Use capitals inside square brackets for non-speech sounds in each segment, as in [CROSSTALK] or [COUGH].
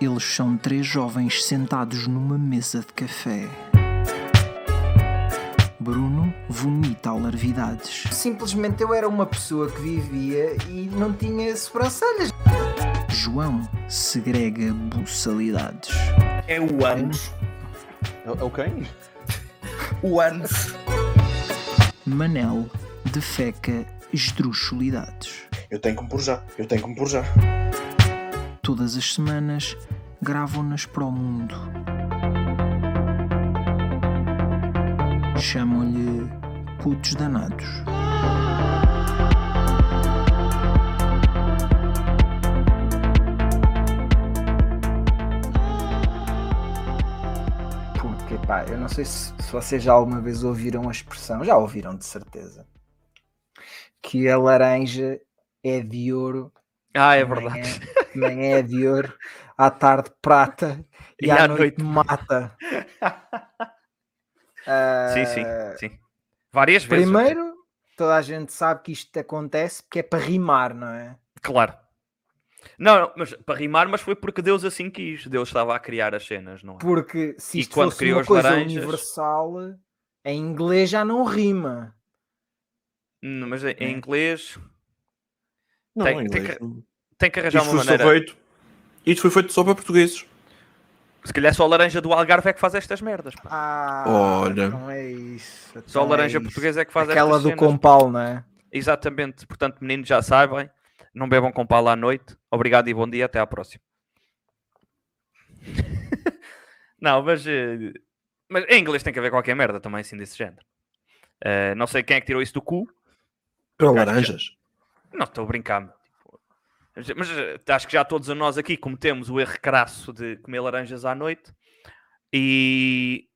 Eles são três jovens sentados numa mesa de café. Bruno vomita alarvidades. Simplesmente eu era uma pessoa que vivia e não tinha sobrancelhas. João segrega buçalidades. É o anos. É é o quem? O anos. Manel defeca esdrúxulidades. Eu tenho que me pôr já. Eu tenho que me pôr já. Todas as semanas gravam-nas para o mundo. Chamam-lhe putos danados. Porque, pá, eu não sei se, se vocês já alguma vez ouviram a expressão, já ouviram de certeza, que a laranja é de ouro, Ah, é de manhã- verdade. de manhã é de ouro, à tarde [LAUGHS] prata e, à, noite, mata. Sim, sim, sim. Várias vezes. até. ah, Primeiro, toda a gente sabe que isto acontece porque é para rimar, não é? Claro. Não, não, mas para rimar, mas foi porque Deus assim quis. Deus estava a criar as cenas, não é? Porque se E isto quando fosse criou uma as coisa laranjas? universal, em inglês já não rima. Hum, Mas em- em inglês Não, Tem- em tem inglês. que- tem que arranjar Isto uma foi só maneira. feito. Isto foi feito só para portugueses. Se calhar só a laranja do Algarve é que faz estas merdas. pá. Ah, Olha. Não é isso. Só a então é laranja isso. portuguesa é que faz Aquela estas do cenas. compal, não é? Exatamente. Portanto, meninos, já sabem. Não bebam com pala à noite. Obrigado e bom dia. Até à próxima. [LAUGHS] não, mas, eh, mas em inglês tem que haver qualquer merda também assim desse género. Eh, não sei quem é que tirou isso do cu. Para Acho que- laranjas. Não estou a brincar, meu. Tipo, Mas, mas, eh, acho que já todos nós aqui cometemos o erro crasso de comer laranjas à noite. E.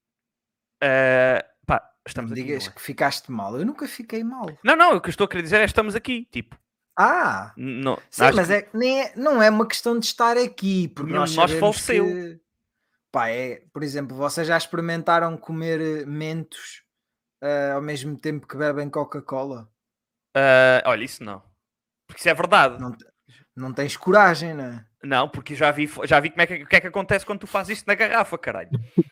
eh, pá, estamos Não aqui. digas não, é? que ficaste mal. Eu nunca fiquei mal. não, não, o que eu estou a querer dizer é que estamos aqui. Tipo, Ah, n- não, sim, acho mas que- é que nem é- não é uma questão de estar aqui. Porque Nenhum nós de nós sabemos faleceu. que- Pá, é, por exemplo, vocês já experimentaram comer eh, mentos eh, ao mesmo tempo que bebem Coca-Cola? Ah, olha, isso não. Porque isso é verdade. Não, Não, te- não tens coragem, não é? porque já vi, já vi como é que, o que é que acontece quando tu fazes isto na garrafa, caralho.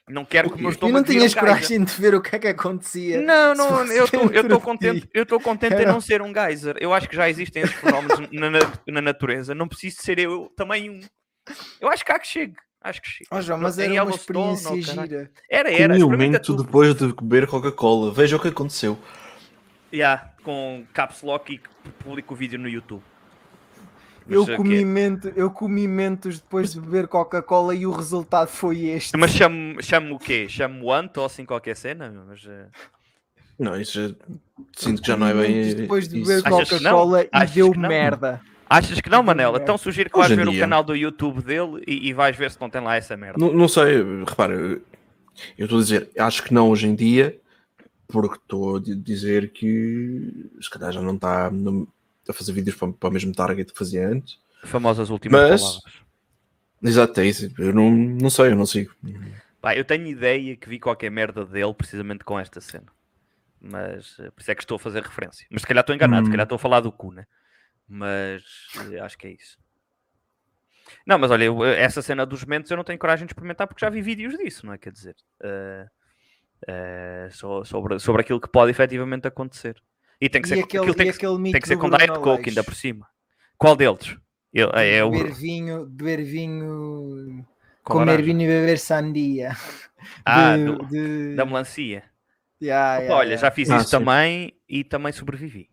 Não quero que o meu [LAUGHS] E estômago não vire tinhas gaja. coragem de ver o que é que acontecia. Não, se não, fosse eu tô- eu dentro estou de contente, ti. eu estou contente em Era- não ser um geyser. Eu acho que já existem esses [LAUGHS] fenómenos na, na- na natureza. Não preciso ser eu também um. Eu acho que há que chegue. Acho que chegue. Ó, João, Não mas tem era uma Yellowstone, não, experiência caralho. gira. Era, era. Comi um Experimenta mento tu. depois de beber Coca-Cola. Veja o que aconteceu. Yeah, com caps lock e publico o vídeo no YouTube. Mas é Eu o quê? comi, mento, eu comi mentos depois de beber Coca-Cola e o resultado foi este. Mas chamo, chamo o quê? Chamo Anto ou assim qualquer cena? Mas, eh, Não, isso já... sinto que já não é bem. Mentos depois de beber isso. Achas que não? Coca-Cola e Achas deu que não? merda. Achas que não, Aquilo Manel? é- Então sugiro que Hoje vais em ver o dia. canal do YouTube dele e, e vais ver se não tem lá essa merda. Não, não sei, repara, eu- eu estou a dizer, acho que não hoje em dia, porque estou a di- dizer que se calhar já não está no- a fazer vídeos para, para o mesmo target que fazia antes. Famosas últimas Mas- palavras. Exato, é isso. Eu não, não sei, eu não sigo. Pá, eu tenho ideia que vi qualquer merda dele precisamente com esta cena. Mas eh, por isso é que estou a fazer referência. Mas se calhar estou enganado, se Hum. calhar estou a falar do cu, né? Mas eh, acho que é isso. Não, mas olha, eu- eh, essa cena dos mentos eu não tenho coragem de experimentar porque já vi vídeos disso, não é? Quer dizer, eh, eh, so- sobre, sobre aquilo que pode efetivamente acontecer. E tem que ser e co- aquele, aquilo tem e que ser- aquele mico Tem que ser do com Bruno Diet Coke ainda Aleixo. por cima. Qual deles? Eu, é, é o Beber vinho, beber vinho, com comer laranja. vinho e beber sandia. Ah, De- do- de- da melancia. Ya, Opa, ya, olha, ya. já fiz Ah, isso sim. também e também sobrevivi.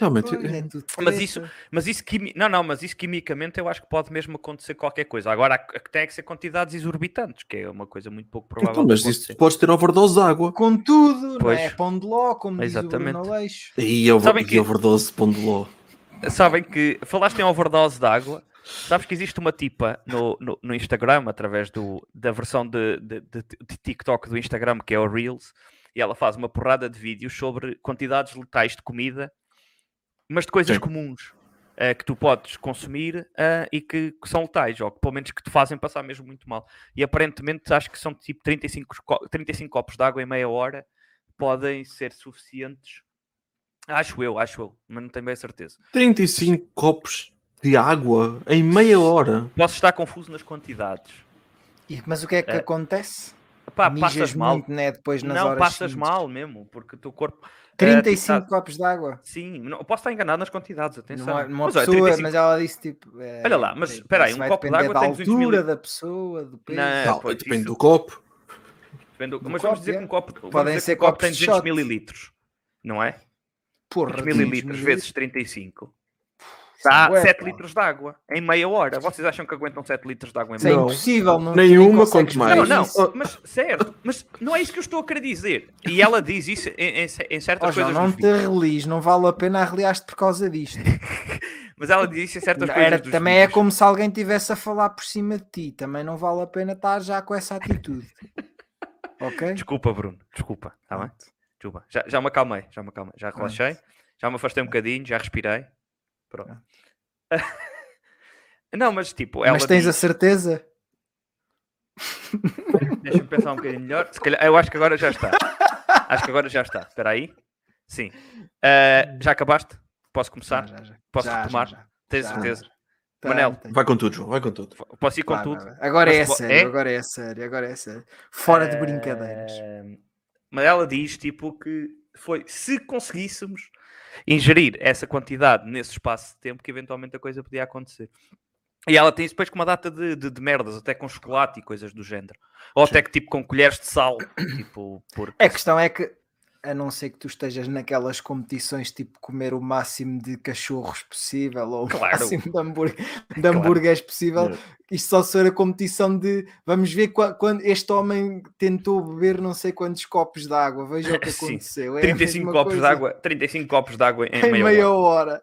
Realmente, eu- Olha, tu Mas isso- treta. Mas isso, quimi... não, não, mas isso quimicamente eu acho que pode mesmo acontecer qualquer coisa. Agora, a- a que tem que ser quantidades exorbitantes, que é uma coisa muito pouco provável. então, de mas acontecer. isso podes ter overdose de água. Contudo, não é? Pois. Pão de ló, como diz Exatamente. o Bruno Aleixo. E, over, Sabem e que- overdose de pão de ló. Sabem que falaste em overdose de água. Sabes que existe uma tipa no, no, no Instagram, através do, da versão de, de, de- de TikTok do Instagram, que é o Reels, e ela faz uma porrada de vídeos sobre quantidades letais de comida, mas de coisas Sim. comuns eh, que tu podes consumir eh, e que, que são letais, ou que pelo menos que te fazem passar mesmo muito mal. E aparentemente acho que são tipo 35, co- 35 copos de água em meia hora podem ser suficientes. Acho eu, acho eu, mas não tenho bem a certeza. 35 copos de água em meia hora. Posso estar confuso nas quantidades. E- Mas o que é que É. acontece? Pá, Mijas passas mal. muito, né? Depois nas Não, horas passas seguintes. mal mesmo, porque o teu corpo. eh, 35 tá- copos de água. Sim, não, posso estar enganado nas quantidades, atenção. Uma, uma Mas, olha, pessoa, 35 mas ela disse tipo. é, Olha lá, mas isso espera aí, um vai copo depender d'água da tem 200 altura mili- da pessoa, do peso. Não, É, Tal, pois, depende isso- do copo. Depende do- Do mas copo, vamos dizer que é. um copo, vamos Podem dizer ser que um copo copos tem de 200 shot. mililitros, não é? Porra, 200 200 mililitros vezes 35 Isso é dá bué, 7 pá. tá litros de água em meia hora. Vocês acham que aguentam 7 litros de água em Isso é meia Não. hora? impossível. Não, Nenhuma, nem consegues quanto Não, mais. fazer não, isso. mas certo, mas não é isso que eu estou a querer dizer. E ela diz isso em, em- em certas Ó, Oh, João, coisas não dos te vídeos. relis, não vale a pena arreliar-te por causa disto. Mas ela diz isso em certas coisas Era, dos também é vídeos. como se alguém estivesse a falar por cima de ti. Também não vale a pena estar já com essa [LAUGHS] atitude. ok? Desculpa, Bruno, desculpa, está Tá bem? Desculpa, já, já me acalmei, já me acalmei, já Pronto. relaxei, já me afastei um bocadinho, já respirei. Pronto. [LAUGHS] Não, mas tipo, ela Mas tens a diz- certeza? Deixa-me pensar um bocadinho melhor. Se calhar, eu acho que agora já está. Acho que agora já está. Espera aí. Sim. Ah, já acabaste? Posso começar? Já, já, já. Posso Já, já, retomar? já. Tenho Já, certeza. já. Manel. Tenho, tenho. Vai com tudo, João, vai com tudo. Posso ir com Vai, vai, tudo? vai. Agora Mas é po- sério, é? agora é sério, agora é sério. Fora de brincadeiras. Ah, Mas ela diz, tipo, que foi se conseguíssemos ingerir essa quantidade nesse espaço de tempo que eventualmente a coisa podia acontecer. E ela tem isso depois com uma data de, de, de merdas, até com chocolate e coisas do género. Ou até que tipo com colheres de sal. [COUGHS] tipo, porque A questão é que, a não ser que tu estejas naquelas competições tipo comer o máximo de cachorros possível ou o Claro. máximo de, hambúrguer, de hambúrgueres possível, isto só se for a competição de vamos ver qua- quando este homem tentou beber não sei quantos copos de água, veja o que [LAUGHS] Sim. aconteceu. É a 35 mesma copos coisa de água, 35 copos de água em, Em meia, hora. meia hora.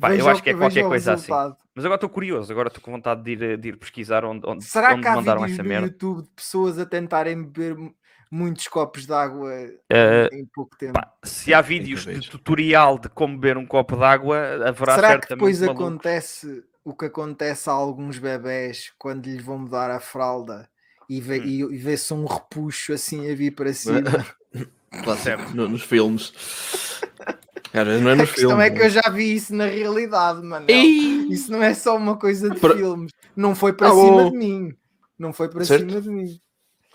Pá, eu Veja o acho que é veja qualquer o coisa assim. resultado. Mas agora estou curioso, agora estou com vontade de ir, eh, de ir pesquisar onde, onde, Será onde que há mandaram vídeos essa no merda. YouTube de pessoas a tentarem beber mu- muitos copos de água Eh, em pouco tempo? pá, se há que vídeos ver. de tutorial de como beber um copo de água, haverá Será que certamente depois malucos. acontece o que acontece a alguns bebés quando lhes vão mudar a fralda e vê- e- Hum. e vê-se um repuxo assim a vir [LAUGHS] para cima? Certo. No- nos filmes. Às vezes não é a nos questão filmes. é que eu já vi isso na realidade, mano. Ei! Isso não é só uma coisa de Pra- filmes. Não foi para Tá cima bom. de mim. Não foi para Certo. cima de mim.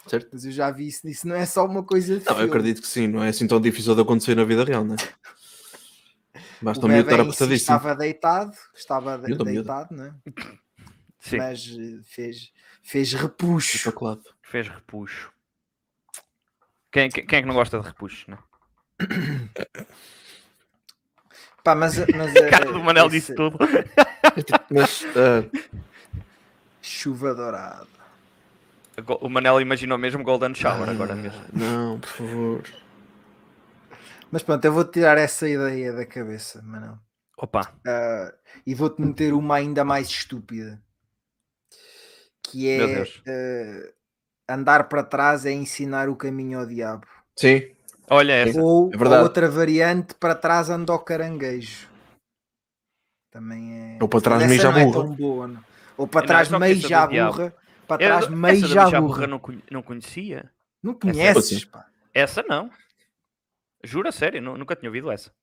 Certo. Mas eu já vi isso. Isso não é só uma coisa de Não, eu filme. acredito que sim, não é assim tão difícil de acontecer na vida real, não é? Basta o é um miúdo bebé estar em si apertadíssimo. estava deitado, estava de- Eu dou medo. deitado, né? Sim, mas eh, fez, fez repuxo. Chocolate. fez repuxo. Quem, quem- quem é que não gosta de repuxo? [LAUGHS] Né? Pá, mas, mas A eh, [LAUGHS] cara do Manel esse- disse tudo. É Mas, ah, Chuva dourada. Go- O Manel imaginou mesmo Golden Ah. Shower agora mesmo. não, por favor. Mas pronto, eu vou tirar essa ideia da cabeça, Manel. Opa, Ah, e vou-te meter uma ainda mais estúpida. Que Meu é Deus. eh, andar para trás é ensinar o caminho ao diabo. Sim, olha essa. Ou é verdade. a outra variante, para trás anda ao caranguejo. Também é. Ou para trás Mas essa meija não é burra. tão boa, não. Ou para Não, trás essa não meio conheço já do diabo. burra. Para Eu- trás essa meio da já Michá burra. não conhe- não conhecia. Não é Assim. conheces, pá. Essa não. Juro a sério, nu- nunca tinha ouvido essa.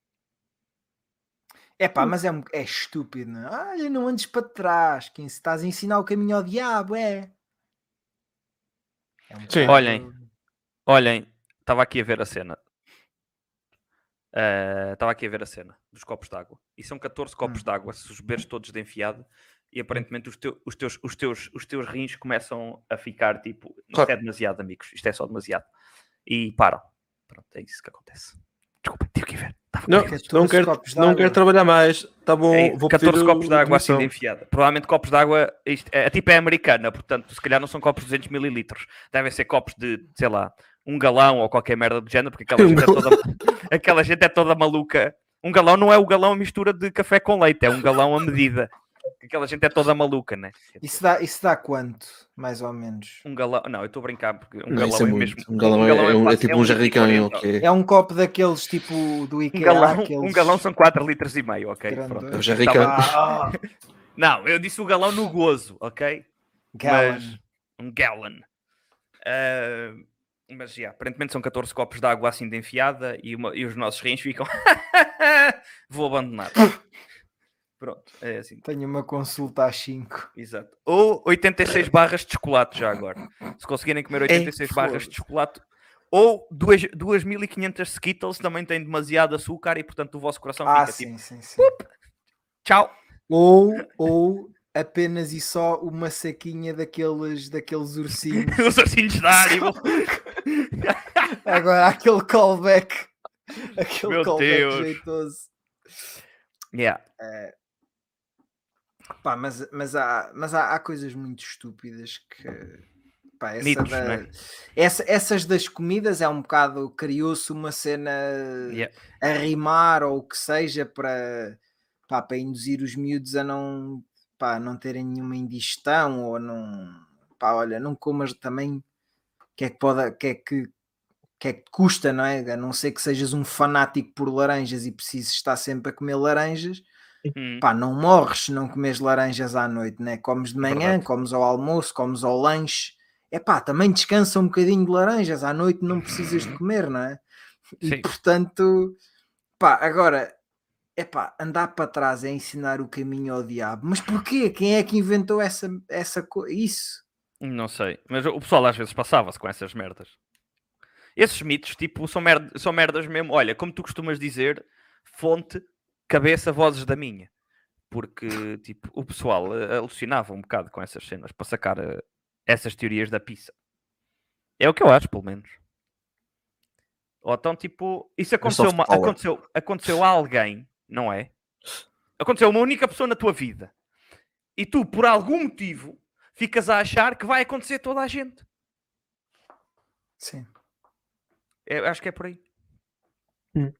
É pá, mas é, um- é estúpido, não é? Olha, não andes para trás. Quem se estás a ensinar o caminho ao diabo, é. É um Sim. bocado- Olhem. Olhem, estava aqui a ver a cena. Ah, Estava aqui a ver a cena dos copos de água. E são 14 Hum. copos de água, se os beberes todos de enfiada. E aparentemente os, teu- os teus, os, teus, os teus rins começam a ficar tipo. Isto Claro. é demasiado, amigos. Isto é só demasiado. E param. Pronto, é isso que acontece. Desculpa, tive que ir ver. Estava Não, aqui a ver. não 14 quero, é copos de não água. quero trabalhar mais. Tá bom, É, vou 14 pedir copos de a água assim de demissão. enfiada. Provavelmente copos de água, isto, é- a tipo é americana, portanto, se calhar não são copos de 200 mililitros. Devem ser copos de, sei lá, um galão ou qualquer merda do género, porque aquela, Um gente é, toda, aquela gente é toda maluca. Um galão não é o galão a mistura de café com leite, é um galão a medida. Aquela gente é toda maluca, né? Isso dá, isso dá quanto, mais ou menos? Um galão, não, eu estou a brincar, porque um Não, galão isso é é, muito. mesmo. Um galão, é, é um- é quase- tipo um jarricão. é o 40. quê? É um copo daqueles tipo do Um IKEA. galão, aqueles... um galão são 4 litros e meio, ok? Grandões. Pronto. É o jarricão. Ah, Não, eu disse o galão no gozo, ok? Gallon. mas- um gallon. Ah, mas já, aparentemente são 14 copos de água assim de [LAUGHS] enfiada e, uma- e os nossos rins ficam. Vou abandonar. Pronto, é assim. Tenho uma consulta às 5. Exato. Ou 86 barras de chocolate já agora. Se conseguirem comer 86 barras de chocolate. Ou duas- 2.500 Skittles também têm demasiado açúcar e, portanto, o vosso coração Ah, fica tipo, sim, sim, sim. tchau. [LAUGHS] Ou, [LAUGHS] ou apenas e só uma saquinha daqueles, daqueles ursinhos. Os ursinhos da Haribo. [LAUGHS] Agora aquele callback. Aquele Meu callback Deus. jeitoso. Yeah. Pá, mas, mas, há, mas há, há coisas muito estúpidas que. Pá, essa Mitos, da- né? essa- essas das comidas é um bocado. Criou-se uma cena Yeah. a rimar ou o que seja para, pá, para induzir os miúdos a não, pá, não terem nenhuma indigestão ou não. Pá, olha, não comas também. Que é que pode. Que é que, que é que te custa, não é? A não ser que sejas um fanático por laranjas e precises estar sempre a comer laranjas Hum. pá, não morres se não comes laranjas à noite, né? Comes de manhã, Verdade. comes ao almoço, comes ao lanche. É pá, também descansa um bocadinho de laranjas à noite, não precisas de comer, não é? E Uhum. Sim. portanto, pá, agora, é pá, andar para trás é ensinar o caminho ao diabo. Mas porquê? Quem é que inventou essa, essa co- isso? Não sei, mas o pessoal às vezes passava-se com essas merdas. Esses mitos, tipo, são, merda, são merdas mesmo. Olha, como tu costumas dizer, fonte, cabeça, vozes da minha. Porque, tipo, o pessoal eh, alucinava um bocado com essas cenas para sacar eh, essas teorias da pizza. É o que eu acho, pelo menos. Ou então, tipo, isso aconteceu, soft uma- power. aconteceu, aconteceu a alguém, não é? Aconteceu a uma única pessoa na tua vida. E tu, por algum motivo, ficas a achar que vai acontecer a toda a gente. Sim. Eu acho que é por aí. Hum.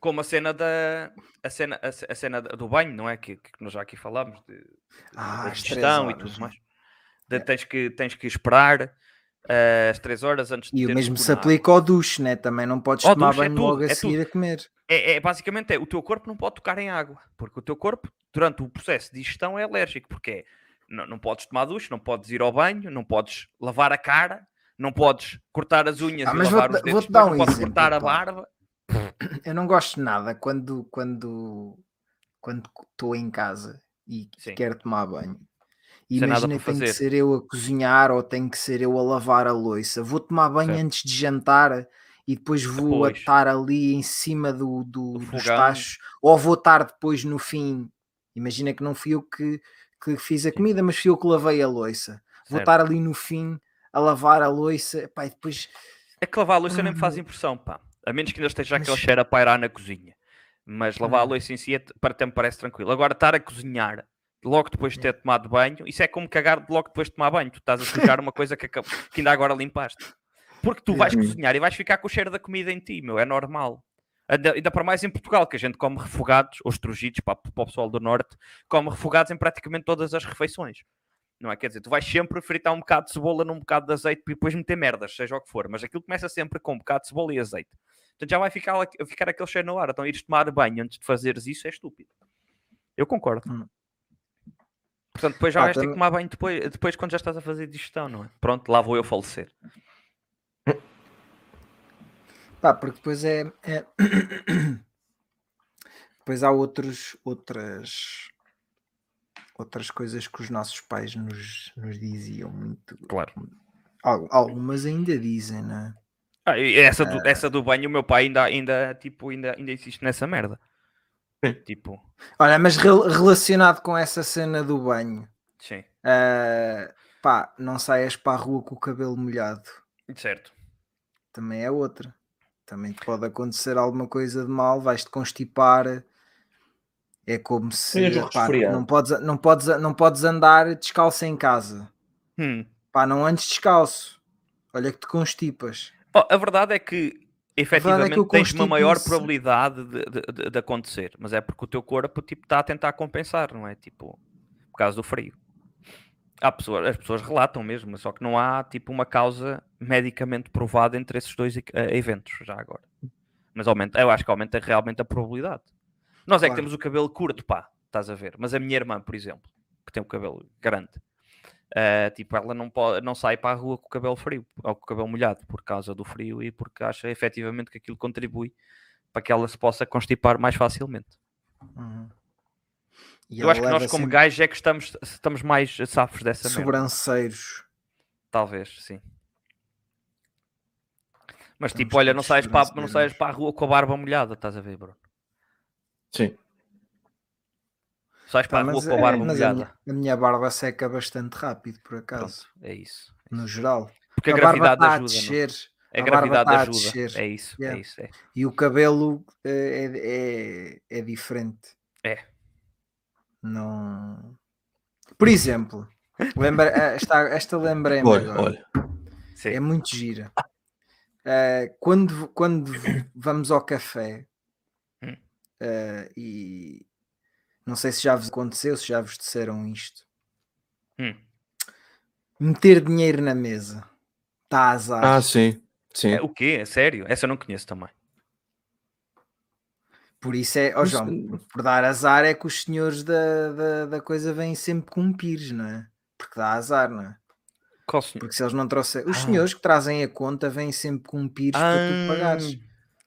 Como a cena da a cena, a, ce- a cena da- do banho, não é? Que, que nós já aqui falámos de, de- Ah, da às três digestão e horas, tudo não é? mais. De- tens, que, tens que esperar eh, as 3 horas antes de E o teres mesmo com se nada. aplica ao duche, né? Também não podes Ao tomar duche é banho tudo, logo a é seguir a comer. É, é- basicamente é o teu corpo não pode tocar em água, porque o teu corpo, durante o processo de digestão, é alérgico, porque é, não, não podes tomar duche, não podes ir ao banho, não podes lavar a cara, não podes cortar as unhas Ah, e mas lavar vou-te- os dedos, vou-te depois dar não um podes exemplo, cortar a pá. barba. eu não gosto de nada quando quando quando estou em casa e Sim. quero tomar banho. E Sem nada Imagina que para tenho que fazer. ser eu a cozinhar ou tenho que ser eu a lavar a louça. Vou tomar banho Certo. antes de jantar e depois vou a Depois. estar ali em cima do, do- Do dos fogão. tachos ou vou estar depois no fim. Imagina que não fui eu que, que fiz a comida, mas fui eu que lavei a louça. Vou Certo. estar ali no fim a lavar a louça. Epá, e depois É que lavar a louça nem me faz impressão, pá. A menos que ainda esteja aquele Mas- cheiro a pairar na cozinha. Mas lavar a Hum. louça em si é, t- para até me parece tranquilo. Agora, estar a cozinhar logo depois de ter tomado banho, isso é como cagar logo depois de tomar banho. Tu estás a sujar uma coisa que, acab- que ainda agora limpaste. Porque tu vais Hum. cozinhar e vais ficar com o cheiro da comida em ti, meu. É normal. Ainda, ainda para mais em Portugal, que a gente come refogados, ou estrugidos, para, para o pessoal do Norte, come refogados em praticamente todas as refeições. Não é? Quer dizer, tu vais sempre fritar um bocado de cebola num bocado de azeite e depois meter merdas, seja o que for. Mas aquilo começa sempre com um bocado de cebola e azeite. Portanto, já vai ficar, lá- ficar aquele cheiro no ar. Então, ires tomar banho antes de fazeres isso é estúpido. Eu concordo. Hum. Portanto, depois já Pá, vais ter que também- tomar banho depois, depois quando já estás a fazer digestão, não é? Pronto, lá vou eu falecer. Pá, porque depois é. é- [COUGHS] depois há outros, outras. Outras coisas que os nossos pais nos, nos diziam muito. Claro. Al- Algumas ainda dizem, não é? Ah, e essa, do, essa do banho, o meu pai ainda, ainda, tipo, ainda, ainda insiste nessa merda. Sim. Tipo, Olha, mas rel- relacionado com essa cena do banho, sim, ah, pá, não saias para a rua com o cabelo molhado. certo. Também é outra. Também te pode acontecer alguma coisa de mal, vais-te constipar. É como se Seja um pá, resfriado. não, podes, não, podes, não podes andar descalço em casa. Hum. Pá, não andes descalço. Olha que te constipas. Ó, a verdade é que verdade é efetivamente que eu tens uma maior constipo-me se- probabilidade de, de- de- de acontecer, mas é porque o teu corpo tipo, está a tentar compensar, não é? Tipo, por causa do frio. Há pessoas, as pessoas relatam mesmo, só que não há tipo uma causa medicamente provada entre esses dois e- eh, eventos já agora. Mas aumenta, eu acho que aumenta realmente a probabilidade. Nós é que Claro. temos o cabelo curto, pá, estás a ver. Mas a minha irmã, por exemplo, que tem o cabelo grande, eh, tipo, ela não, pode, não sai para a rua com o cabelo frio ou com o cabelo molhado por causa do frio e porque acha efetivamente que aquilo contribui para que ela se possa constipar mais facilmente. Uhum. E Eu ela acho que nós, leva como sempre gajos, é que estamos, estamos mais safos dessa merda. sobranceiros. Talvez, sim. Mas Estamos tipo, olha, todos não saias, para, não sobranceirões. saias para a rua com a barba molhada, estás a ver, Bruno? Sim. Sais Pá, para a rua mas com a é- barba mas a, molhada. minha, a minha barba seca bastante rápido, por acaso, Pronto, é isso. no geral. Porque a, barba gravidade tá a ajuda. não é? descer A, a barba gravidade tá a ajuda. descer. É isso, Yeah. é isso. É. e o cabelo eh, é, é, é diferente. É. Não. Por Uhum. exemplo, lembra, eh, esta, esta lembrei-me Olha, agora. olha. Sim. É muito gira. Eh, quando, quando v- vamos ao café Hum. eh, e não sei se já vos aconteceu, se já vos disseram isto. Hum. Meter dinheiro na mesa. Está azar. Ah, sim. Sim. É, o quê? É sério? Essa eu não conheço também. Por isso é, ó Mas, João, eh, por- por dar azar é que os senhores da, da, da coisa vêm sempre com pires, não é? Porque dá azar, não é? Qual senhor? Porque se eles não trouxerem. Os Hum. Ah. senhores que trazem a conta vêm sempre com pires para tu pagares. Ah,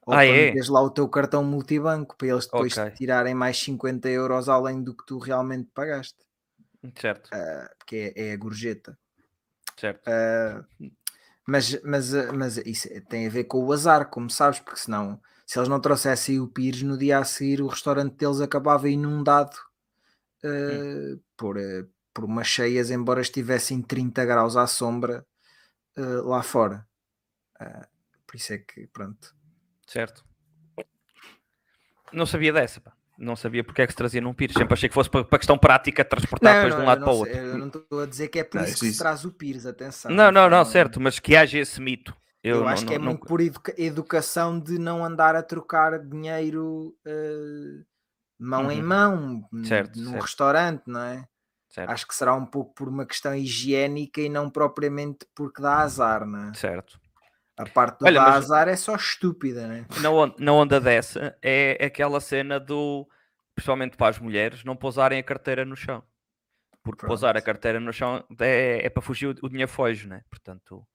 Ou ah, para é? meteres lá o teu cartão multibanco para eles depois Ok. te tirarem mais 50 euros além do que tu realmente pagaste. certo, Porque é, é a gorjeta. certo. Mas, mas, eh, mas isso é- tem a ver com o azar, como sabes, porque senão, se eles não trouxessem o Pires, no dia a seguir o restaurante deles acabava inundado Hum. eh, por, eh, por umas cheias, embora estivessem 30 graus à sombra eh, lá fora. Ah, por isso é que, pronto. Certo. Não sabia dessa, pá. Não sabia porque é que se trazia num pires. Sempre achei que fosse para, para questão prática de transportar depois de um eu lado para o sei, outro. eu não estou a dizer que é por Não, isso isso- que se isso- traz o Pires, atenção. Não, não, não, então, certo, mas que haja esse mito. Eu, Eu, não- acho que não- é não- muito por educa- educação de não andar a trocar dinheiro eh, mão em Uhum. mão n- Certo, num certo. restaurante, não é? Certo, Acho que será um pouco por uma questão higiênica e não propriamente porque dá azar, não é? certo. A parte do Uhum. Olha, dá mas- azar é só estúpida, não é? Na on- na onda dessa é aquela cena do, principalmente para as mulheres, não pousarem a carteira no chão. Porque pousar a Pronto. carteira no chão é, é para fugir o, o dinheiro foge, né? Portanto,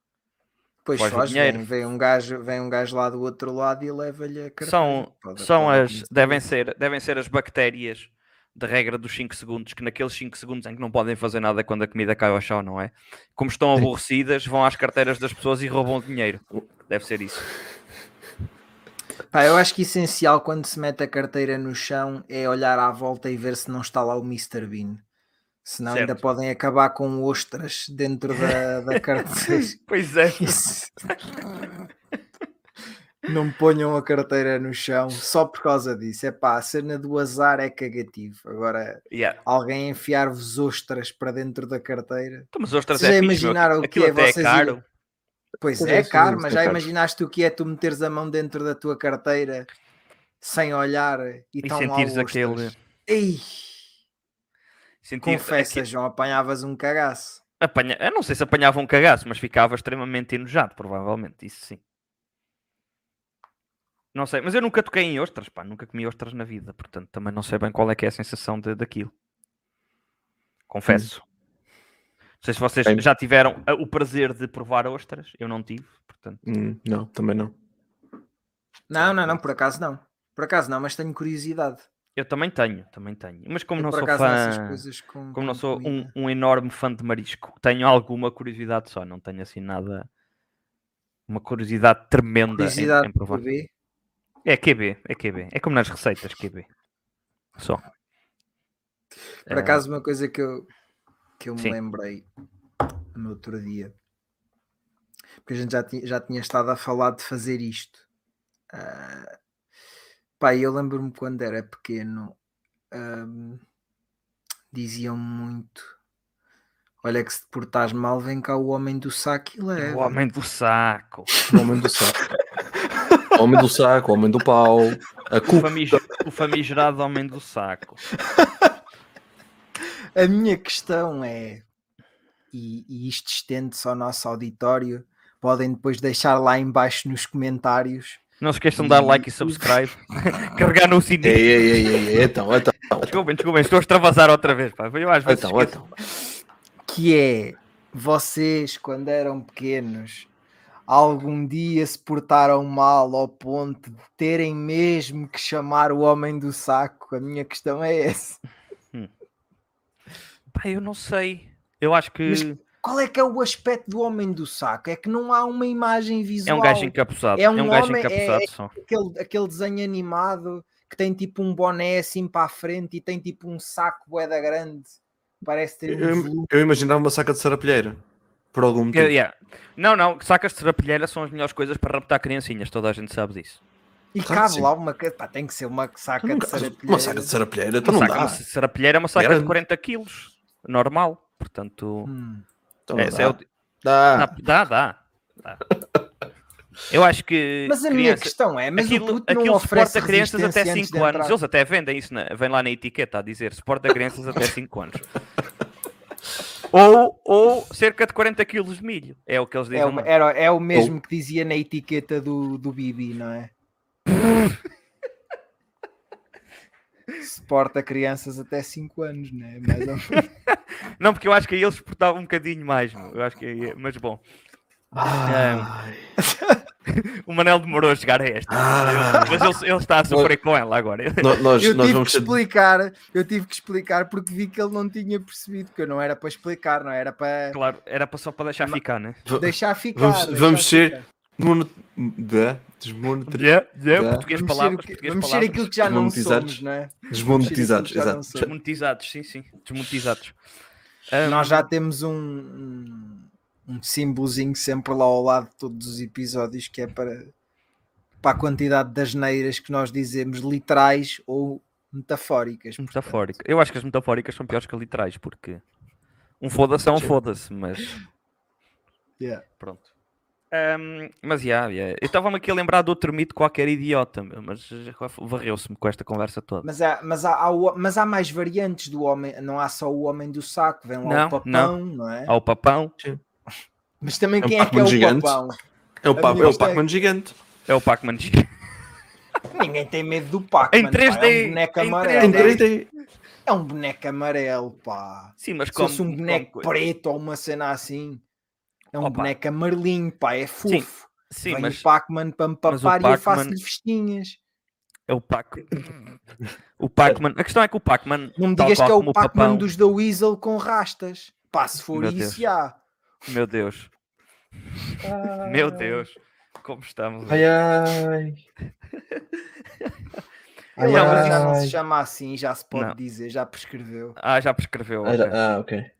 Depois Foge o foge, dinheiro. vem, vem um gajo, vem um gajo lá do outro lado e leva-lhe a carteira. são, Pode- são pode as, acontecer. devem ser, devem ser as bactérias da regra dos 5 segundos, que naqueles 5 segundos em que não podem fazer nada quando a comida cai ao chão, não é? Como estão aborrecidas, vão às carteiras das pessoas e roubam o dinheiro. Deve ser isso. Pá, eu acho que essencial quando se mete a carteira no chão é olhar à volta e ver se não está lá o Mr. Bean. Senão ainda Certo. podem acabar com ostras dentro da, da carteira. Pois é. Isso. Não ponham a carteira no chão só por causa disso. É pá, a cena do azar é cagativo. Agora, [LAUGHS] Yeah. alguém enfiar-vos ostras para dentro da carteira. Então, Mas os outros Vocês já é fixe, meu. imaginaram o que Aquilo é até é vocês caro. Pois Pois é, é, sim, caro, sim, mas é já caro. imaginaste o que é tu meteres a mão dentro da tua carteira sem olhar e, E tão lá sentires ostras. aquele- Ei, Sentir confessa, João, apanhavas um cagaço. Apanha... Eu não sei se apanhava um cagaço, mas ficava extremamente enojado, provavelmente, isso sim. Não sei, mas eu nunca toquei em ostras, pá, nunca comi ostras na vida, portanto também não sei bem qual é que é a sensação de, daquilo. Hum. Confesso. Não sei se vocês Bem- já tiveram ah, o prazer de provar ostras, eu não tive, portanto. Hum, não, também não. Não, não, não, por acaso não. Por acaso não, mas tenho curiosidade. Eu também tenho, também tenho. Mas como Eu, não por sou acaso nessas fã, coisas com, como com não sou um, Uhum, comida. um enorme fã de marisco, tenho alguma curiosidade só, não tenho assim nada. Uma curiosidade tremenda em- curiosidade em, provar. por ver. É QB, é QB. É como nas receitas, QB. Só. Por Eh, acaso uma coisa que eu, que eu me Sim. lembrei no outro dia, porque a gente já tinha, já tinha estado a falar de fazer isto. Ah, pá, eu lembro-me quando era pequeno, ahm, diziam muito: Olha, que se te portares mal, vem cá o homem do saco e leva. Ah, o homem do saco. O homem do saco. O homem do saco, o homem do pau. A O, culpa. famig... o famigerado homem do saco. A minha questão é, e, e isto estende-se ao nosso auditório, podem depois deixar lá em baixo nos comentários Não se esqueçam de dar like Hum. e subscribe. [LAUGHS] Carregar no É Ei, sininho. ei, ei, ei, ei, então, então. Desculpem, desculpem, estou a extravasar outra vez. Pá. Eu às vezes Então, esqueço. então. que é vocês quando eram pequenos algum dia se portaram mal ao ponto de terem mesmo que chamar o homem do saco a minha questão é essa Hum. Pá, eu não sei. Eu acho que Mas Qual é que é o aspecto do homem do saco? É que não há uma imagem visual. é um gajo encapuçado. É É um um, gajo homem- é- encapuçado só. aquele, aquele desenho animado que tem tipo um boné assim para a frente e tem tipo um saco boeda grande. Parece ter um Eu, volume. eu imaginava uma saca de sarapilheira. Por algum motivo. É, yeah. Não, não, sacas de serapilheira são as melhores coisas para raptar criancinhas, toda a gente sabe disso. E claro que cabe sim. lá uma. ca- Pá, tem que ser uma saca de sarapilheira. Uma Então saca de sarapilheira, tu Uma não saca dá. de serapilheira é uma saca Era- de 40 quilos, normal. Portanto, Hum. Então não esse é o- dá. Ah. dá, Dá. dá, dá, dá. Eu acho que. Mas a minha criança- questão é, mas o aquilo, puto não aquilo oferece suporta crianças até resistência antes 5 de anos. entrar. Eles até vendem isso, na- vem lá na etiqueta a dizer suporta crianças [LAUGHS] até 5 anos. Ou, ou cerca de 40 quilos de milho. É o que eles dizem. É o, lá. era- é o mesmo que dizia na etiqueta do, do Bibi, não [LAUGHS] é? Suporta crianças até 5 anos, não é? Mais ou menos. Não, porque eu acho que aí eles suportavam um bocadinho mais. meu. Eu acho que aí- é- mas bom, Ai. o Manel demorou a chegar a esta. Ai. Mas ele, ele está a sofrer com ela agora. No- Nós, Eu nós tive vamos que ser explicar, eu tive que explicar porque vi que ele não tinha percebido que eu não era para explicar, não era para Claro, era para- só para deixar ficar, né? deixar ficar. Vamos- deixar vamos ser- ficar. desmono- da- desmonetri- Yeah, yeah, Yeah. Português Vamos ser palavras, o que- português vamos ser palavras. aquilo que já não Desmonetizados. somos, não é? desmonetizados. Sim, já não Exato. sei. Desmonetizados, sim, sim. Desmonetizados. Ah, Nós já temos um, um, um símbolozinho sempre lá ao lado de todos os episódios que é para, para a quantidade das neiras que nós dizemos literais ou metafóricas. Metafórica. Eu acho que as metafóricas são piores que as literais, porque um foda-se é um foda-se, mas Yeah. pronto. Ahm, mas já, já. eu estava-me aqui a lembrar de outro mito qualquer idiota, meu, mas já varreu-se-me com esta conversa toda. Mas, há, mas, há, há o- mas há mais variantes do homem, não há só o homem do saco, vem lá Não, o papão, não, é? Ao papão, Mas também É um quem é que é Pac-Man o gigante. papão? É o Pac- minha é o mistake. Pac-Man gigante. é o Pac-Man. [LAUGHS] Ninguém tem medo do Pac-Man. Em pá, 3D, é um boneco em amarelo. Tem Tem 3D. direito É um boneco amarelo, pá. Sim, mas Se como, fosse um como boneco coisa. preto ou uma cena assim. É um Opa. boneco amarelinho, pá, é fofo. Sim, Vem mas o Pac-Man para me mas o papar e eu faço-lhe Pac-Man- festinhas. é o Pac. O Pac-Man. A questão é que o Pac-Man. Não me tal digas qual que é como o Pac-Man papão- dos The Weasel com rastas. Pá, se for Meu isso, Deus. já. Meu Deus, meu Deus, como estamos. Ai ai. [LAUGHS] Ai, Ele agora já não ai. se chama assim, já se pode Não. dizer, já prescreveu. Ah, já prescreveu. Ah, já- ok. Ah, ok.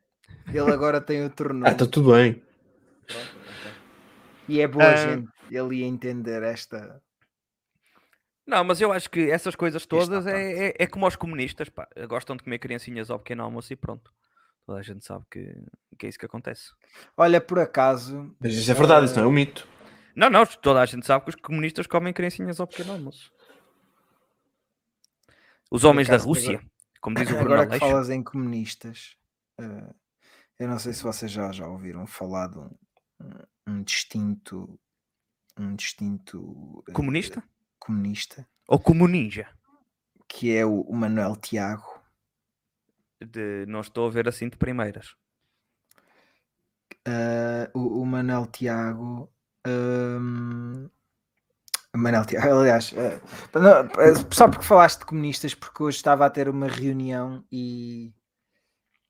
Ele agora tem outro nome. Ah, está tudo bem. E é boa Ah. gente ele ia entender esta. Não, mas eu acho que essas coisas está todas é, é, é como aos comunistas, pá. Gostam de comer criancinhas ao pequeno almoço e pronto. Toda a gente sabe que, que é isso que acontece. Olha, por acaso, Mas isso é verdade, isso não é um mito. Não, não, toda a gente sabe que os comunistas comem criancinhas ao pequeno almoço. Os homens da acaso, agora- Rússia, [LAUGHS] como [LAUGHS] diz o Bruno Agora que Aleixo. falas em comunistas, eh, eu não sei se vocês já, já ouviram falar de um, um- um distinto um distinto eh, Comunista? comunista Ou comuninja? que é o, o Manuel Tiago. De, não estou a ver assim de primeiras. Eh, o, o Manuel Tiago. ehm, Manuel Tiago, [LAUGHS] aliás, eh, não, eh, só porque falaste de comunistas, porque hoje estava a ter uma reunião e,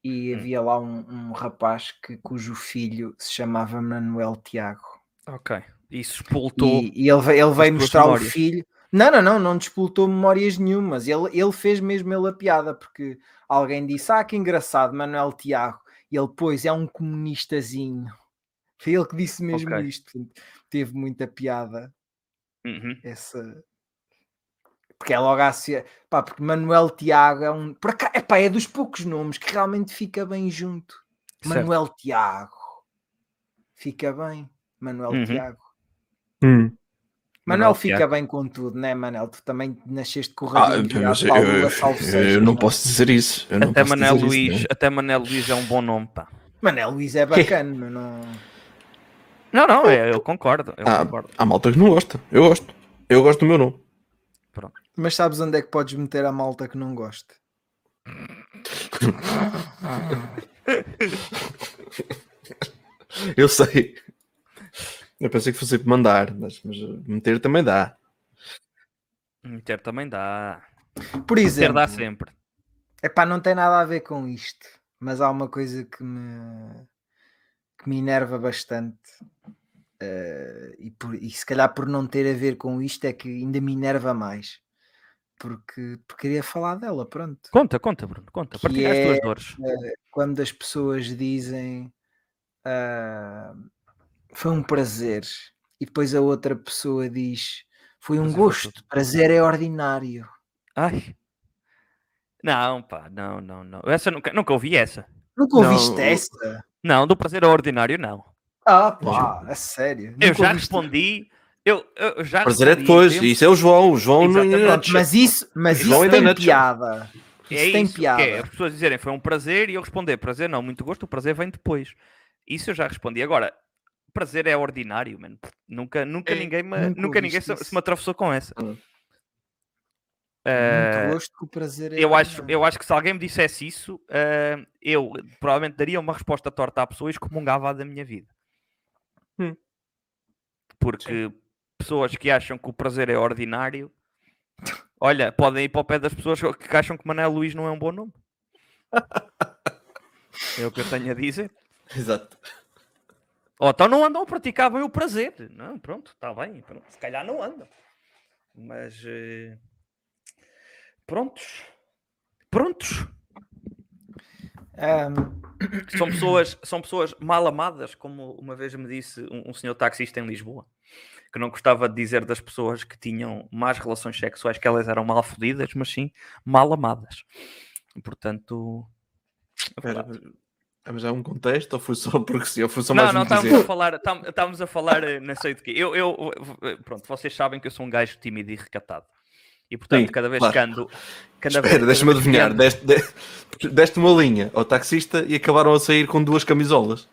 e Hum. havia lá um, um rapaz que, cujo filho se chamava Manuel Tiago. Ok. Isso expultou. E, e ele, veio- ele veio tuas mostrar o memórias. filho. Não, não, não, não disputou memórias nenhumas. Ele, ele fez mesmo ele a piada, porque alguém disse: Ah, que engraçado, Manuel Tiago. E ele, pois, é um comunistazinho. Foi ele que disse mesmo Ok. isto. Portanto, Teve muita piada Uhum. essa. Porque é logo a associa- Pá, porque Manuel Tiago é um. Por aca- Epá, é dos poucos nomes que realmente fica bem junto. Certo. Manuel Tiago. Fica bem. Manuel Uhum. Tiago. Hum. Manel Manuel fica Tiago. bem com tudo, né, Manel? Tu também nasceste com o Ah, radinho virado mas eu, para a lua, salvo É eu- seja, eu não é? posso dizer isso. Eu não Até posso Manel dizer isso, Luís, né? até Manel Luís é um bom nome, pá. Manel Luís [LAUGHS] é bacana, mas não. Não, não, é- eu concordo. Eu Ah, concordo. Há malta que não gosta. Eu gosto. Eu gosto do meu nome. Mas sabes onde é que podes meter a malta que não goste? Eu sei. Eu pensei que fosse para mandar, mas, mas meter também dá. Meter também dá. Por Meter exemplo, dá sempre. é pá, não tem nada a ver com isto. mas há uma coisa que me, que me enerva bastante. eh, e, por- e se calhar por não ter a ver com isto é que ainda me enerva mais porque, porque queria falar dela, pronto. Conta, conta, Bruno, conta. Que Partilha as é- tuas dores. Quando as pessoas dizem ah, foi um prazer, e depois a outra pessoa diz foi um Prazer foi gosto, prazer é ordinário. Ai. Não, pá, não, não, não. Essa eu nunca, nunca ouvi essa. Nunca Não, ouviste o- essa? Não, do prazer ao ordinário, não. Ah, pá, a sério. Eu nunca já ouviste? respondi. Eu, eu Ah, já Prazer é respondi, depois. tempo- Isso é o João. O João não- é Exatamente. não- Pronto, mas isso, mas Igual isso ainda tem na chat. piada. Isso é tem isso, que piada. é as pessoas dizerem foi um prazer e eu responder prazer não, muito gosto, o prazer vem depois. Isso eu já respondi. Agora, prazer é ordinário, mano. Nunca, nunca É, ninguém, me, nunca nunca ninguém ouviste se, isso. se me atravessou com essa. Hum. Eh, Muito gosto que o prazer é eu acho, ordinário. eu acho que se alguém me dissesse isso, eh, eu provavelmente daria uma resposta torta à pessoa e excomungava-a da minha vida. Hum. Porque pessoas que acham que o prazer é ordinário, olha, podem ir para o pé das pessoas que acham que Manuel Luís não é um bom nome. é o que eu tenho a dizer. Exato. Ou então não andam a praticar bem o prazer. Não, pronto, está bem. pronto. Se calhar não andam. Mas... eh, Prontos. Prontos. Ahm, são pessoas, são pessoas mal amadas, como uma vez me disse um, um senhor taxista em Lisboa, que não gostava de dizer das pessoas que tinham más relações sexuais que elas eram mal fodidas, mas sim mal amadas. Portanto. é Espera, verdade. mas- mas há um contexto ou foi só [LAUGHS] porque sim? Ou foi só Não, mais não, tá um estávamos a dizer? falar, tam- estávamos a falar, eh, não sei de quê. Eu, eu, eh, pronto, vocês sabem que eu sou um gajo tímido e recatado. E portanto, Sim, cada vez claro. que ando. Cada vez- Espera, cada deixa-me vez que adivinhar. ando- Deste, de- [LAUGHS] deste uma linha ao taxista e acabaram a sair com duas camisolas.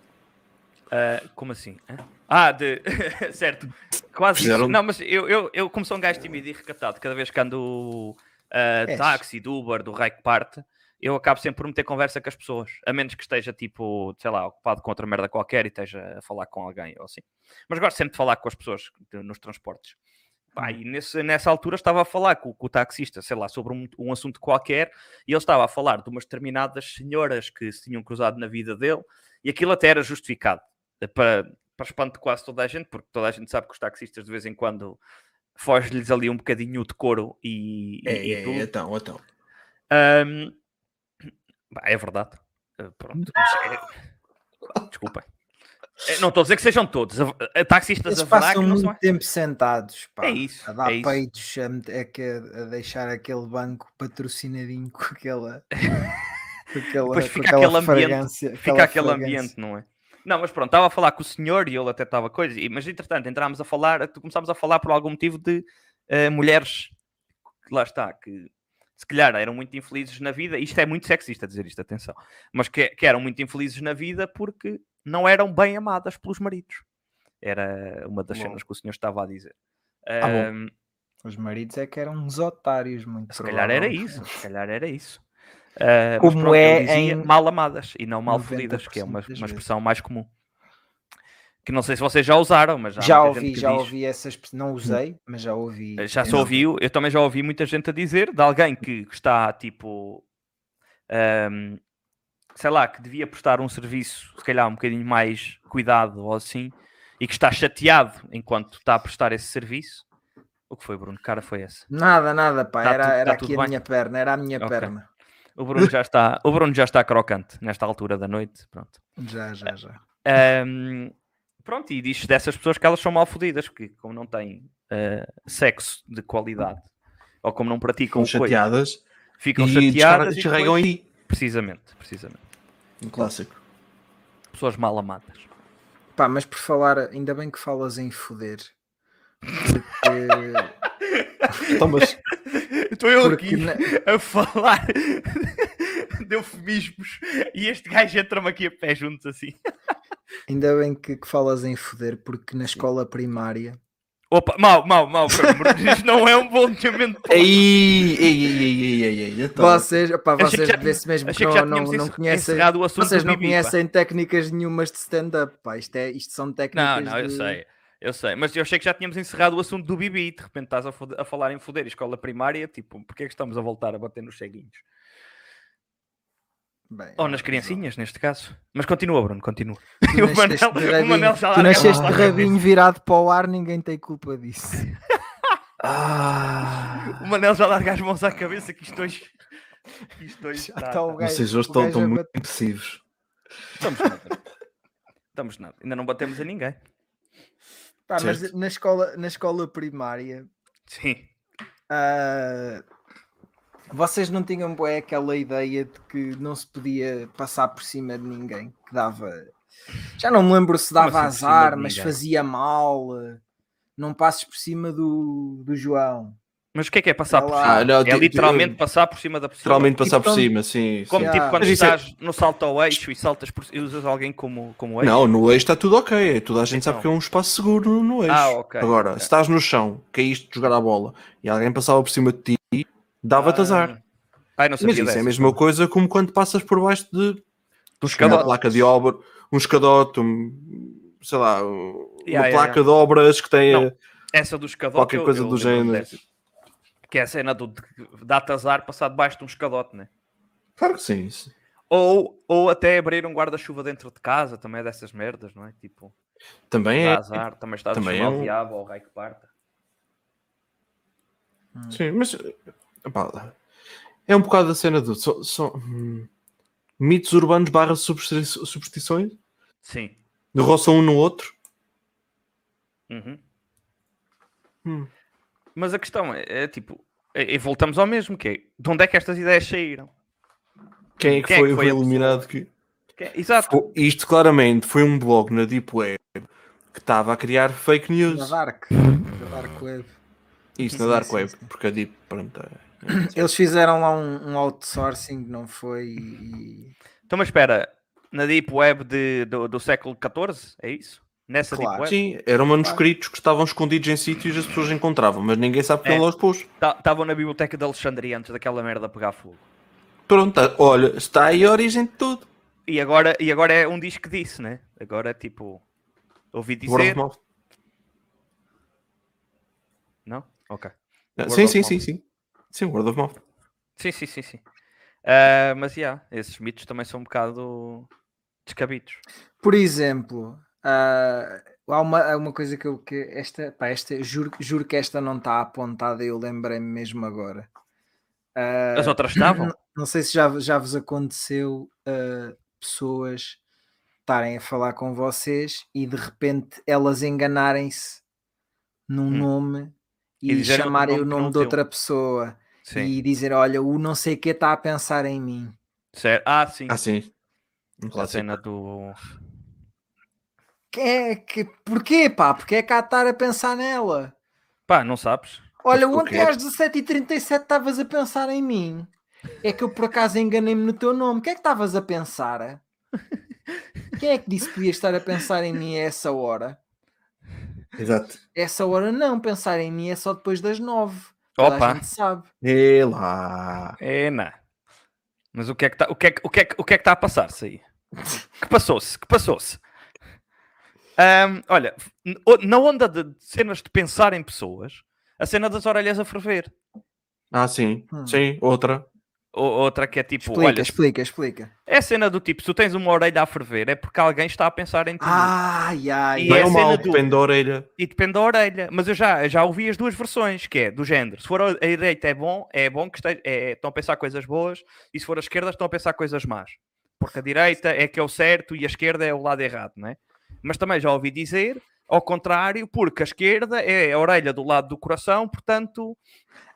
Ah, como assim? Hã? Ah, de... [LAUGHS] certo. Quase isso. Fizeram- Não, mas eu, eu, eu como sou um gajo tímido e recatado, cada vez que ando ah, És. táxi, do Uber, do Raik Parte, eu acabo sempre por meter conversa com as pessoas. A menos que esteja, tipo, sei lá, ocupado com outra merda qualquer e esteja a falar com alguém ou assim. Mas gosto sempre de falar com as pessoas de- nos transportes. Pá, e nesse, nessa altura estava a falar com, com o taxista, sei lá, sobre um- um assunto qualquer, e ele estava a falar de umas determinadas senhoras que se tinham cruzado na vida dele, e aquilo até era justificado eh, para, para espanto de quase toda a gente, porque toda a gente sabe que os taxistas de vez em quando foge-lhes ali um bocadinho de couro e, É, e- e tudo. então, então. Ahm, pá, é verdade. Eh, Pronto. mas é- [LAUGHS] Desculpem. Eh, Não estou a dizer que sejam todos. A- a- Taxistas a Eles verdade passam não muito são. tempo sentados, pá, É isso, a dar é isso. peitos, a, met- a que- a deixar aquele banco patrocinadinho com [LAUGHS] aquela. com aquela Depois com fica aquela aquele ambiente, fragrância, fica aquela aquele fragrância. ambiente, não é? Não, mas pronto, estava a falar com o senhor e ele até estava coisa, e- mas entretanto entrámos a falar, começámos a falar por algum motivo de eh, mulheres que lá está, que se calhar eram muito infelizes na vida, isto é muito sexista dizer isto, atenção, mas que, que eram muito infelizes na vida porque não eram bem amadas pelos maridos. Era uma das Bom. cenas que o senhor estava a dizer. bom. Ahm, Os maridos é que eram uns otários, muito se calhar era provavelmente. isso, se calhar era [LAUGHS] isso. Ah, mas Como pronto, ele é dizia em mal amadas e não mal fodidas, que é 90% uma, das uma vezes. expressão mais comum. Que não sei se vocês já usaram, mas já, há Já muita gente ouvi, que já diz. Hum. ouvi essas. pe- Não usei, mas já ouvi. Eh, Já se essa- ouviu, eu também já ouvi muita gente a dizer de alguém que, que está tipo, ahm, sei lá, que devia prestar um serviço, se calhar um bocadinho mais cuidado ou assim, e que está chateado enquanto está a prestar esse serviço. O que foi, Bruno? Que cara foi essa? Nada, nada, pá. Tá era tudo- era tá aqui tudo a bem? minha perna, era a minha Ok. perna. O Bruno já está, o Bruno já está crocante nesta altura da noite, pronto. Já, já, já. Ahm, pronto, e diz dessas pessoas que elas são mal fodidas, porque como não têm ah, sexo de qualidade, ou como não praticam Ficam coito, chateadas ficam e chateadas e descarregam depois- em ti. Precisamente, precisamente. Um clássico. Pessoas mal amadas. Pá, mas por falar, ainda bem que falas em foder. Porque. Então, mas Estou [LAUGHS] eu Porque na- a falar [LAUGHS] de eufemismos e este gajo entra-me aqui a pé juntos assim. Ainda bem que, que falas em foder, porque na escola primária. Opa, mal, mal, mal. Isto não é [LAUGHS] um bom desenhamento. [LAUGHS] Ei, ei, ei, ei, ei, ei, ei, então. vocês, opá, Achei que vocês já- vê-se mesmo que Achei que já não, não, tínhamos não encer- conhecem. encerrado o assunto Vocês do não Bibi, pá. conhecem técnicas nenhumas de stand-up, pá. Isto, é, isto são técnicas. Não, não, eu de- sei. Eu sei, mas eu achei que já tínhamos encerrado o assunto do Bibi e de repente estás a, fode- a falar em foder e escola primária, tipo, porque é que estamos a voltar a bater nos ceguinhos? Bem, Ou nas criancinhas, [LAUGHS] neste caso. Mas continua, Bruno, continua. Tu [LAUGHS] o nasceste Manel- de o rabinho- Manel Tu já Tá, larga a mão nasceste à de rabinho virado para o ar, ninguém tem culpa disso. Ah, O Manel já larga as mãos à cabeça que isto hoje. que Isto hoje Já um- está- está Tá, o gajo- Vocês hoje o gajo estão, é é estão a muito bater- impressivos. Estamos nada. Estamos nada. Ainda não batemos a ninguém. Pá, mas Certo. na escola, na escola primária, Sim. ah, vocês não tinham bué aquela ideia de que não se podia passar por cima de ninguém, que dava. Já não me lembro se Como dava assim por cima azar, de mas ninguém? fazia mal. ah, Não passes por cima do, do João. Mas o que é que é passar por Olá. cima? Ah, não, É ti- literalmente passar por cima da pessoa. Literalmente passar por Então- cima, sim. Como sim. Yeah. tipo quando Mas isso é- estás no salto ao eixo e saltas por e usas alguém como, como eixo. Não, no eixo está tudo ok. Toda a gente sabe Então. que é um espaço seguro no eixo. Ah, ok, Agora, ok. se estás no chão, caíste de jogar a bola e alguém passava por cima de ti, dava-te azar. Ai, Ah, não sabia Mas isso é dessa. Um a mesma coisa como quando passas por baixo de Dos uma cavalos. placa de obra, um escadote, um, sei lá, um- Yeah, yeah, uma placa de obras que tem. Não, a- Essa do escadote. Qualquer eu- coisa eu do lembro-me género. dessa. Que é a cena do de- dá-te azar passar debaixo de um escadote, né? Claro que sim. sim. Ou, ou até abrir um guarda-chuva dentro de casa, também é dessas merdas, não é? Tipo, Também dá é. azar, também estás a Também chamar é o um- diabo ou o raio que parta. Sim, mas epá, é um bocado a cena do. São, são, hum, mitos urbanos barra supersti- superstições, Sim. roçam um no outro. Uhum. Hum. Mas a questão é, é, tipo, e e voltamos ao mesmo, que é, de onde é que estas ideias saíram? Quem é que Quem é foi, que o foi a iluminado que. Que é- exato. Pô, Isto claramente foi um blog na Deep Web que estava a criar fake Na news. Dark. Na Dark Web. Isto na Sim, Dark sim, Web, sim. porque a Deep. Pronto, é. Eles fizeram lá um, um outsourcing, não foi? E, Então, mas espera, na Deep Web de- do, do século XIV, é isso? Nessa Claro. Deep Web? Sim, eram manuscritos que estavam escondidos em sítios e as pessoas encontravam, mas ninguém sabe quem É. lá os pôs. Ta- Estavam na biblioteca de Alexandria antes daquela merda pegar fogo. Pronto, tá- olha, está aí a origem de tudo. E agora, e agora é um disco disso, né? Agora é tipo, ouvi Word dizer... of mouth. Não? Ok. Ah, Word Sim, of sim, mouth. sim, sim. Sim, word of mouth. Sim, sim, sim, sim. Ah, mas, já, esses mitos também são um bocado descabidos. por exemplo, ah, há uma, há uma coisa que eu que esta, pá, esta juro, juro que esta não está apontada, eu lembrei-me mesmo agora. Ah, As [COUGHS] outras estavam? não sei se já, já vos aconteceu ah, pessoas estarem a falar com vocês e de repente elas enganarem-se num Hum. nome E e, dizerem outro chamarem nome o que nome não de teu. outra pessoa Sim. e dizer: Olha, o não sei que está a pensar em mim. Certo. Ah, sim. Ah, sim. Um a clássico. cena do. Que é que, porquê, pá? Porquê é que há de estar a pensar nela? Pá, não sabes? Olha, Mas ontem porquê? às 17h37 estavas a pensar em mim. É que eu por acaso enganei-me no teu nome. O que é que estavas a pensar? Quem é que disse que podias estar a pensar em mim a essa hora? Exato. Essa hora não, pensar em mim é só depois das 9. Toda a Opa! gente sabe. E lá. É, não. Mas o que é que está que é, que- o que é, que- o que é que tá a passar-se aí? Que passou-se? Que passou-se? Ahm, olha, n- o- na onda de de cenas de pensar em pessoas, a cena das orelhas a ferver. Ah, sim. Hum. Sim, outra. O- outra que é tipo, Explica, olha, explica, explica. é a cena do tipo, se tu tens uma orelha a ferver, é porque alguém está a pensar em ti. Ah, Ai, ai, E Bem é a ou cena mal, do- depende da orelha. E depende da orelha. Mas eu já, já ouvi as duas versões, que é do género. Se for a direita é bom, é bom que esteja, é- estão a pensar coisas boas, e se for a esquerda estão a pensar coisas más. Porque a direita é que é o certo e a esquerda é o lado errado, não é? Mas também já ouvi dizer ao contrário, porque a esquerda é a orelha do lado do coração, portanto,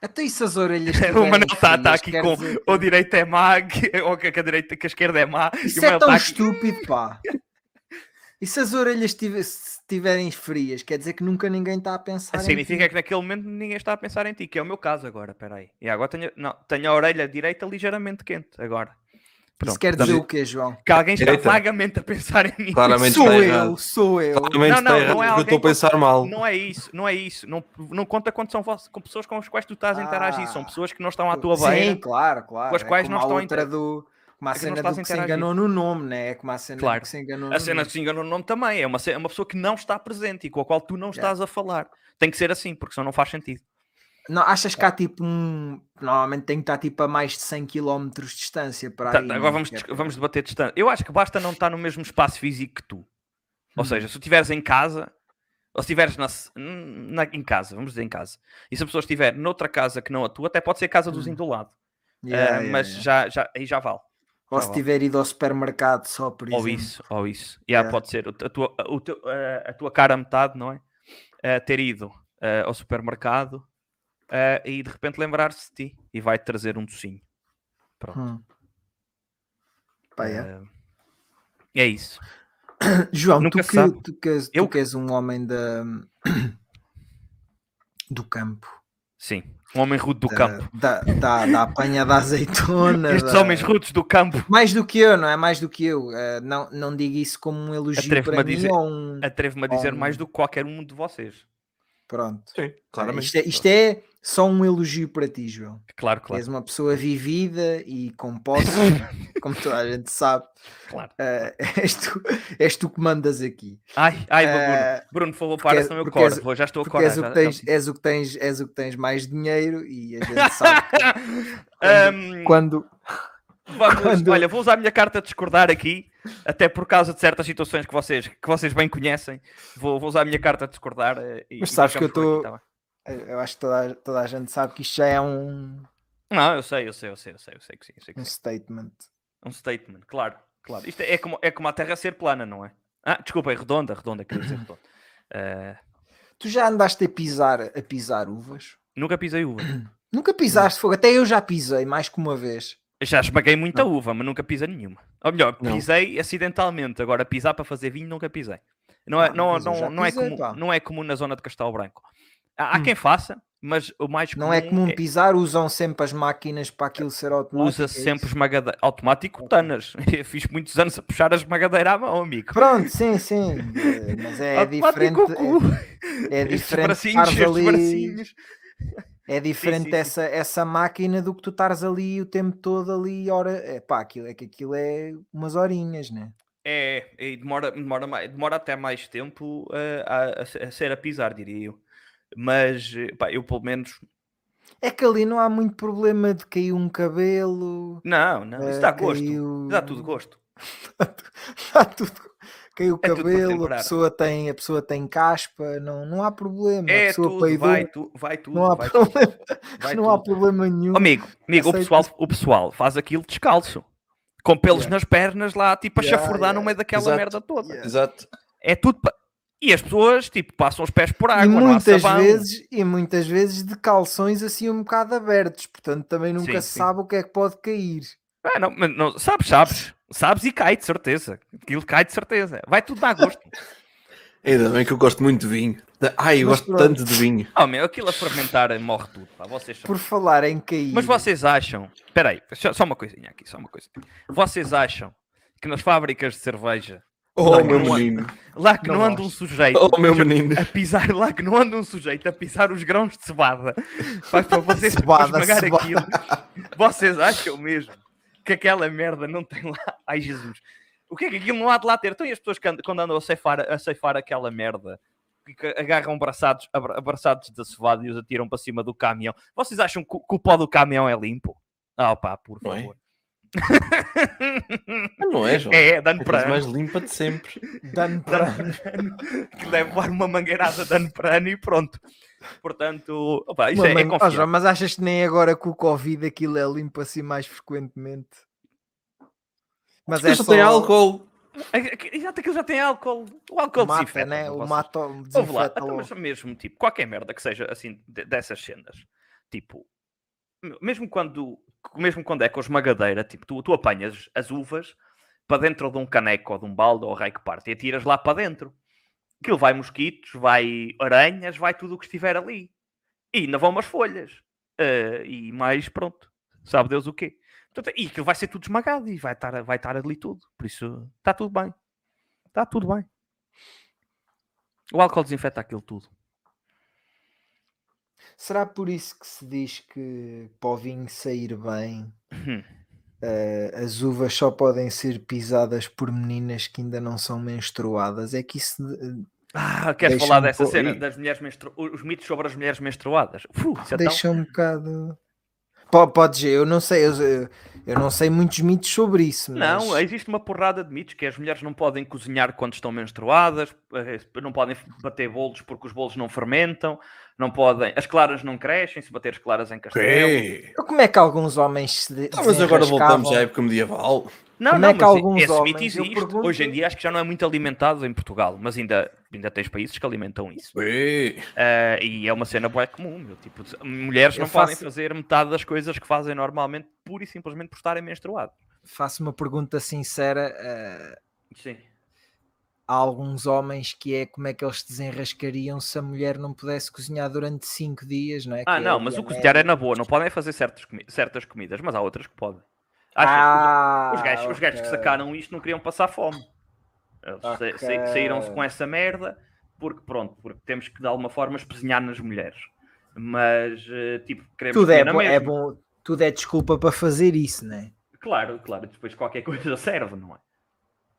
Até isso as [LAUGHS] orelhas. o Manel está está aqui com ou a direita é má, [LAUGHS] que, ou que a, direita, que a esquerda é má, e o Isso é Manel tão tá aqui- estúpido, pá. E se as orelhas tive- se tiverem frias, quer dizer que nunca ninguém está a pensar. em Significa ti. que naquele momento ninguém está a pensar em ti, que é o meu caso agora, peraí. E agora tenho, não, tenho a orelha direita ligeiramente quente agora. Isso Pronto. quer dizer Portanto, o quê, João? Que alguém está Direita. vagamente a pensar em mim. Claramente sou está eu, errado. sou eu. Claramente Não, está não, não é errado porque eu alguém estou a pensar mal. Não é isso, não é isso. Não, não conta quando são vos- com pessoas com as quais tu estás a interagir. São Ah. pessoas que não estão à tua Sim, beira. claro, claro. com as quais é não como estão a a outra inter- do. Como a com as que não cena estás do a que se interagir. enganou no nome, né? É como a cena Claro. do que se enganou A no cena nome. que se enganou no nome também. É uma, ce- é uma pessoa que não está presente e com a qual tu não Yeah. estás a falar. Tem que ser assim, porque senão não faz sentido. Não, achas que há tipo um. Normalmente tem que estar tipo a mais de 100 km de distância para Tá, aí, tá, não é? agora vamos, Que é dis- para- vamos debater distância. Eu acho que basta não estar no mesmo espaço físico que tu. Hum. Ou seja, se tu estiveres em casa, ou se estiveres na, s- na- em casa, vamos dizer em casa, e se a pessoa estiver noutra casa que não a tua, até pode ser a casa do vizinho do lado, Hum. Yeah, Ah, yeah, mas yeah. Já, já, aí já vale. Ou tá se bom. tiver ido ao supermercado só por Ou exemplo. É. isso, ou isso. Yeah, Yeah. Pode ser o t- a tua, o teu- eh, a tua cara a metade, não é? Eh, ter ido eh, ao supermercado eh, e de repente lembrar-se de ti e vai-te trazer um docinho. Hum. Pá, é. yeah. Eh, é isso. [LAUGHS] João, tu Eh, nunca que, se sabe. tu, que és, Eu- tu que és um homem da, [CLEARS THROAT] do campo, Sim. Um homem rude do da, campo. Da, da, da apanha da azeitona, Estes da- homens rudes do campo, mais do que eu, não é? Mais do que eu. eh, não, não digo isso como um elogio Atrevo-me a para mim dizer- ou um. atrevo-me a dizer Homem. mais do que qualquer um de vocês. Pronto. Sim, Isto é, isto é só um elogio para ti, João. Claro, Tu claro. És uma pessoa vivida e com [LAUGHS] posse, como toda a gente sabe. claro. eh, [LAUGHS] és, tu, és tu que mandas aqui. Ai, ai, Bruno. Eh, Bruno falou porque para, és- senão eu porque corto. és- Vou- Já estou [LAUGHS] a Porque correr. és o, que é tens, és, o que tens, és o que tens mais dinheiro e a [LAUGHS] gente sabe que Ahm, quando. Vamos, Quando- Olha, vou usar a minha carta de discordar aqui, até por causa de certas situações que vocês, que vocês bem conhecem. Vou, vou usar a minha carta de discordar. eh, E, Mas e sabes que eu ficamos por tô- aqui, tá eh, Eu acho que toda a, toda a gente sabe que isto já é um, bem? Não, eu sei, eu sei, eu sei, eu sei, eu sei que sim. eu sei que um sim. statement. Um statement, claro, claro. Isto é, é como, é como a Terra ser plana, não é? Ah, desculpa, é redonda, redonda, queria dizer redonda. Eh, Tu já andaste a pisar, a pisar uvas? nunca pisei uva. Nunca pisaste fogo, até eu já pisei mais que uma vez. Já esmaguei muita uva, mas nunca pisei nenhuma. Ou melhor, Não. pisei acidentalmente. Agora, pisar para fazer vinho, nunca pisei. Não é, Ah, não, mas eu já não, não, é, pisei, comum, pá. Hum. não é comum na zona de Castelo Branco. Há, há quem faça, mas o mais comum, Não é comum pisar, usam sempre as máquinas para aquilo ser automático. usa é isso? sempre esmagadeira. Automático, tanas. [LAUGHS] Eu fiz muitos anos a puxar a esmagadeira à mão, amigo. Pronto, sim, sim. eh, Mas é diferente. Automático, o cu. É, é Estes diferente. bracinhos, estares estes ali- bracinhos. É diferente sim, sim. Essa, essa máquina do que tu estares ali o tempo todo ali hora. É pá, aquilo, é que aquilo é umas horinhas, né? É, e demora, demora, mai- demora até mais tempo eh, a, a se- a ser a pisar, diria eu. Mas, eh, pá, eu pelo menos É que ali não há muito problema de cair um cabelo. Não, não, isso eh, dá gosto. caiu- Dá tudo gosto. Dá Tá tudo. [LAUGHS] Caiu o É tudo por cabelo, a temperar. pessoa, tem, a pessoa tem caspa, não, não há problema. a É pessoa tudo, peidou, vai, tu, vai tudo, não há [LAUGHS] vai tudo. problema, vai não há tudo. problema nenhum. Amigo, amigo, o Aceito pessoal, o pessoal faz aquilo descalço. Com pelos nas pernas lá, tipo a Yeah, chafurdar yeah. no meio daquela Exato. merda toda. Yeah. Exato. É tudo pa- E as pessoas, tipo, passam os pés por e água, não há muitas sabão. vezes e muitas vezes de calções assim um bocado abertos portanto também nunca Sim, se sim. sabe o que é que pode cair Ah, não, mas não- sabes, sabes. Sabes e cai, de certeza. Aquilo cai, de certeza. Vai tudo dar [LAUGHS] gosto. Ainda bem que eu gosto muito de vinho. Da- Ai, eu Mas gosto pronto. tanto de vinho. Ah, meu, aquilo a fermentar morre tudo. Pá. Vocês são por falar em cair Mas vocês acham, espera aí, só, só uma coisinha aqui, só uma coisa. Vocês acham que nas fábricas de cerveja, Oh, Não, meu não é. menino. lá que não, Não anda um sujeito Oh, meu menino. a pisar, lá que não anda um sujeito a pisar os grãos de cevada, para, para vocês Cevada, esmagar cevada. aquilo, vocês acham mesmo que aquela merda não tem lá? Ai Jesus, o que é que aquilo não há de lá ter? Então e as pessoas que andam- quando andam a ceifar, a ceifar aquela merda? que- Que agarram braçados, abra- abraçados da cevada e os atiram para cima do caminhão. Vocês acham que, o- que o pó do caminhão é limpo? Ah, pá, por Não é? favor. Não é, João? É, é dano É a para coisa ano. mais limpa de sempre. [LAUGHS] dando Dano para ano. Que deve [LAUGHS] levar uma mangueirada de dano para ano e pronto. Portanto, opa, isto Uma é, é man- Ó, João, confiante. mas achas que nem agora com o Covid aquilo é limpo assim mais frequentemente? Mas é Mas só só tem álcool. Aqui- Exato, aquilo já tem álcool. O álcool mata, desinfeta. né? O vocês- mato Ouve lá, desinfeta então, mas logo. mesmo, tipo, qualquer merda que seja assim, de- dessas cenas, tipo, me- mesmo quando, mesmo quando é com esmagadeira, tipo, tu, tu apanhas as uvas para dentro de um caneco ou de um balde ou raio que parte e atiras lá para dentro. Aquilo vai mosquitos, vai aranhas, vai tudo o que estiver ali. E ainda vão umas folhas. Ah, e mais, pronto, sabe Deus o quê. Portanto, e aquilo vai ser tudo esmagado e vai estar, vai estar ali tudo. Por isso, está tudo bem. Está tudo bem. O álcool desinfeta aquilo tudo. Será por isso que se diz que para o vinho sair bem, Hum. eh, as uvas só podem ser pisadas por meninas que ainda não são menstruadas? É que isso eh, Ah, queres Deixa-me falar dessa pôr- cena das mulheres menstru... os mitos sobre as mulheres menstruadas? Fu, isso é tão- Deixa um bocado. Po- Podes, eu não sei, eu, eu não sei muitos mitos sobre isso. Mas... Não, existe uma porrada de mitos que as mulheres não podem cozinhar quando estão menstruadas, eh, não podem bater bolos porque os bolos não fermentam, não podem, as claras não crescem se bater as claras em castelo. Ok. Como é que alguns homens se de- Tá, Ah, mas agora desenrascavam? é voltamos à época medieval. Não, Como não, é que mas alguns esse mito homens, eu existe. pergunto- Hoje em dia acho que já não é muito alimentado em Portugal, mas ainda, ainda tens países que alimentam isso. Ei. Eh, e é uma cena bué comum, meu. Tipo, de- mulheres Eu não podem faço- fazer metade das coisas que fazem normalmente, pura e simplesmente por estarem menstruadas. Faço uma pergunta sincera eh, Sim. a alguns homens que é como é que eles se desenrascariam se a mulher não pudesse cozinhar durante cinco dias, não é? Ah, Que é não, mas o dia cozinhar é médio. na boa, não podem fazer certas, comi- certas comidas, mas há outras que podem. Achas que Ah, os, os gajos, os gajos que ok. sacaram isto não queriam passar fome. Eles sa- sa- saíram-se com essa merda porque, pronto, porque temos que de alguma forma espesinhar nas mulheres. Mas, eh, tipo, queremos Tudo é comer na bom, é mesma. bom, tudo é desculpa para fazer isso, não é? Claro, claro, depois qualquer coisa [LAUGHS] serve, não é?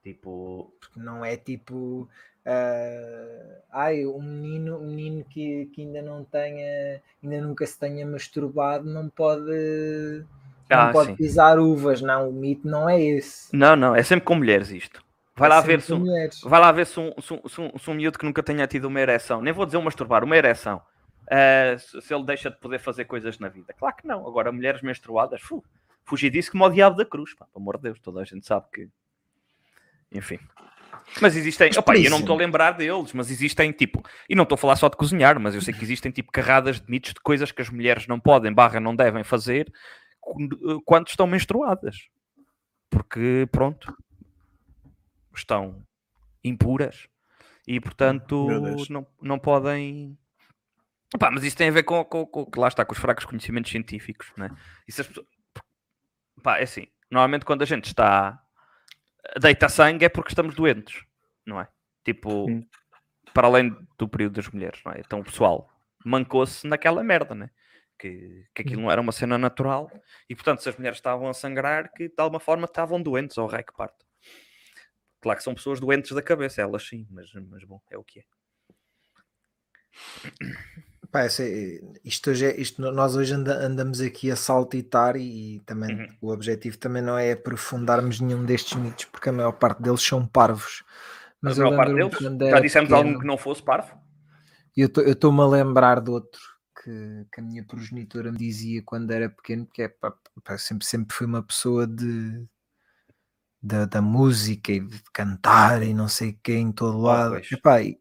Tipo, Porque não é tipo. ah, ai, um menino, um menino que, que ainda não tenha, ainda nunca se tenha masturbado, não pode, Ah, não pode sim. pisar uvas, não. O mito não é esse. Não, não, é sempre com mulheres isto. Vai lá É sempre ver se um, mulheres. vai lá ver se um, se, um, se um- se um miúdo que nunca tenha tido uma ereção, nem vou dizer um masturbar, uma ereção, ah, se se ele deixa de poder fazer coisas na vida. Claro que não. Agora, mulheres menstruadas, fu, fugir disso como o diabo da cruz, pá, pelo amor de Deus, toda a gente sabe que. Enfim. Mas existem, Mas opa, por eu não isso- me estou a lembrar deles, mas existem tipo, e não estou a falar só de cozinhar, mas eu sei que existem tipo carradas de mitos de coisas que as mulheres não podem, barra, não devem fazer quando- eh, quando estão menstruadas. Porque, pronto, estão impuras e portanto Meu Deus. não, não podem Epá, mas isso tem a ver com, com, com- que lá está com os fracos conhecimentos científicos né? e se as pessoas... Pá, é assim, normalmente quando a gente está deita sangue é porque estamos doentes não é? Tipo Sim. para além do período das mulheres não é? Então o pessoal mancou-se naquela merda né? que, que aquilo não era uma cena natural e portanto se as mulheres estavam a sangrar que de alguma forma estavam doentes ao raio que parte Claro que são pessoas doentes da cabeça, elas sim, mas, mas bom, é o que é. Pá, eu sei, isto hoje é- isto, no- nós hoje anda- andamos aqui a saltitar e, também Uhum. o objetivo também não é aprofundarmos nenhum destes mitos, porque a maior parte deles são parvos. Mas Mas a eu maior parte lembro-me deles, quando já era dissemos pequeno, algum que não fosse parvo? e Eu tô- eu estou-me a lembrar de outro que, que a minha progenitora me dizia quando era pequeno, que é pá, pá, eu sempre, sempre fui uma pessoa de da, da música e de cantar e não sei quem em Oh, todo lado. pois. Epá, e,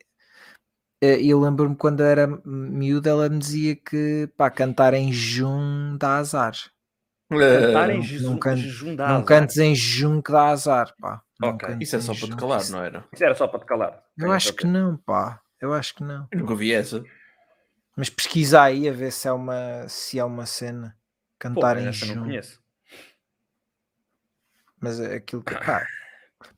eh, eu lembro-me quando eu era miúda, ela me dizia que pá, cantar em jejum dá azar. Eh, Cantar em um não- jeju- não canto- jejum dá Não azar. cantes em jejum que dá azar, pá. Não Ok, cantes Isso é em só para jejum. te calar, Isso- não era? Isso era só para te calar. Eu acho que não, pá. Eu acho que não. Eu nunca vi essa. Mas pesquisa aí a ver se é uma, se é uma cena. Cantar em essa não jejum. conheço. Mas é aquilo que. pá,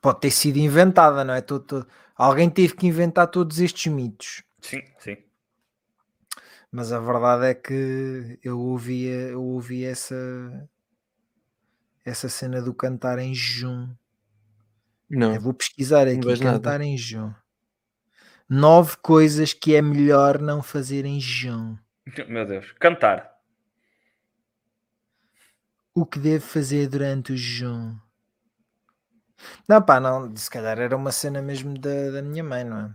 pode ter sido inventada, não é? Tô- tô- Alguém teve que inventar todos estes mitos. Sim, sim. Mas a verdade é que eu ouvi, eu ouvi essa, essa cena do cantar em jejum. Não. Eu vou pesquisar aqui, vejo nada. cantar em jejum. Nove coisas que é melhor não fazer em jejum. Meu Deus. Cantar. o que devo fazer durante o jejum? Não, pá, não, se calhar era uma cena mesmo da, da minha mãe, não é?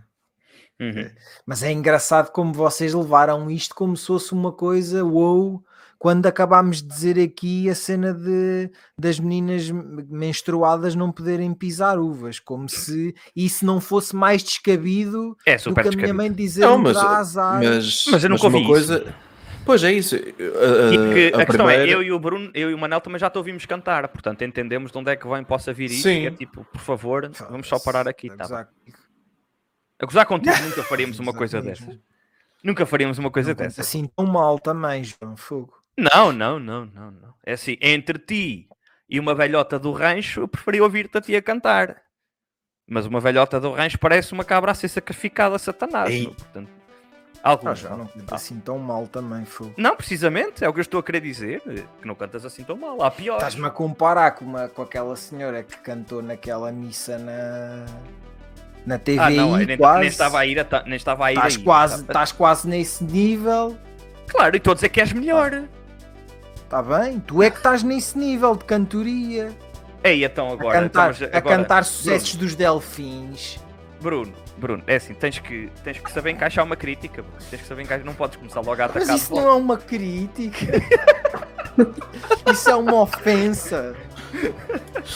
Uhum. Mas é engraçado como vocês levaram isto como se fosse uma coisa, uou, quando acabámos de dizer aqui a cena de, das meninas m- menstruadas não poderem pisar uvas, como se isso não fosse mais descabido É do super que a minha descabido. mãe dizer um Não, me mas, dá azar. mas, Mas eu nunca uma ouvi coisa. Pois é isso. A, E que Eh, a, a, a questão primeira... é, eu e o Bruno, eu e o Manel também já te ouvimos cantar, portanto entendemos de onde é que vem, possa vir isto, Sim. que é tipo, por favor, vamos só parar aqui, tá? bem? Exato. A [LAUGHS] gozar contigo nunca faríamos uma Exato coisa mesmo. dessas. Nunca faríamos uma coisa Não conta dessas. Assim tão mal também, João Fogo. Não, não, não, não, não. É assim, entre ti e uma velhota do rancho, eu preferia ouvir-te a ti a cantar. Mas uma velhota do rancho parece uma cabra a ser sacrificada a Satanás. Ei. meu, Portanto, algumas, Ah, já não não. canta assim tão mal também, fogo. Não, precisamente, é o que eu estou a querer dizer. Que não cantas assim tão mal. Há pior. Estás-me a comparar com, uma, com aquela senhora que cantou naquela missa na. Na TV Ah, não, eu nem, quase. nem estava a ir a ta- nem estava a ir Estás aí. quase, estás quase nesse nível, Claro, e estou a dizer que és melhor. está bem? Tu é que estás nesse nível de cantoria. Ei, então A agora. cantar, estamos a agora- cantar sucessos dos delfins. Bruno, Bruno, é assim, tens que, tens que saber encaixar uma crítica. Bruno. Tens que saber encaixar. Não podes começar logo a atacar. Mas isso de não é uma crítica. [LAUGHS] isso é uma ofensa.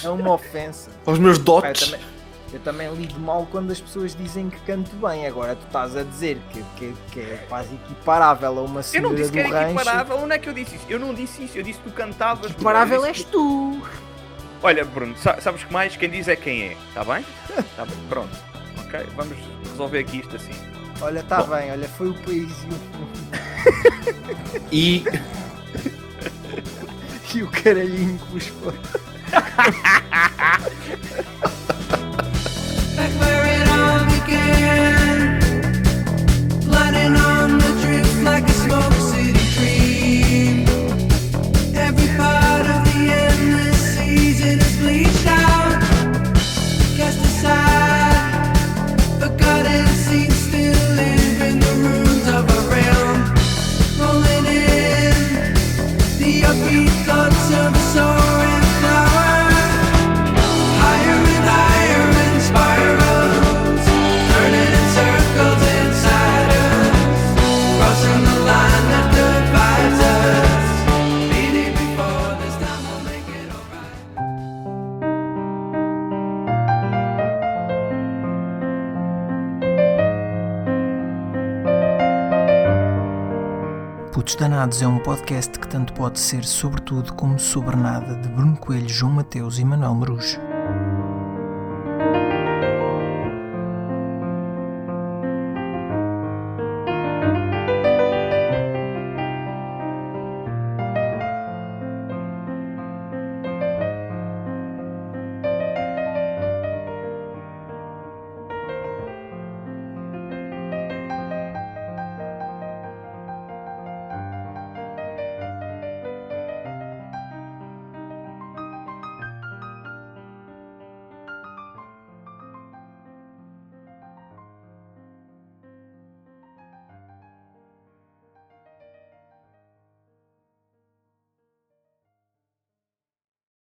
É uma ofensa. Aos meus Pá, eu, dotes. também, eu também lido mal quando as pessoas dizem que canto bem. Agora tu estás a dizer que, que- que é quase equiparável a uma Eu é senhora não disse do que era rancho. equiparável. Onde é que eu disse isso? Eu não disse isso. Eu disse que tu cantavas. Bruno. Equiparável Eu disse és tu. que- Olha, Bruno, sa- sabes que mais? Quem diz é quem é. [LAUGHS] Está bem? Tá bem. Pronto. Ok, vamos resolver aqui isto assim. Olha, está bem, olha, foi o país e o, E e o [LAUGHS] caralhinho que vos foi. Thoughts of a soaring flower Higher and higher in spirals, turning in circles inside us, crossing the line that divides us. Meeting before this time will make it alright. Putos Danados é um podcast que tanto pode ser sobre tudo como sobre nada de Bruno Coelho, João Mateus e Manuel Marujo.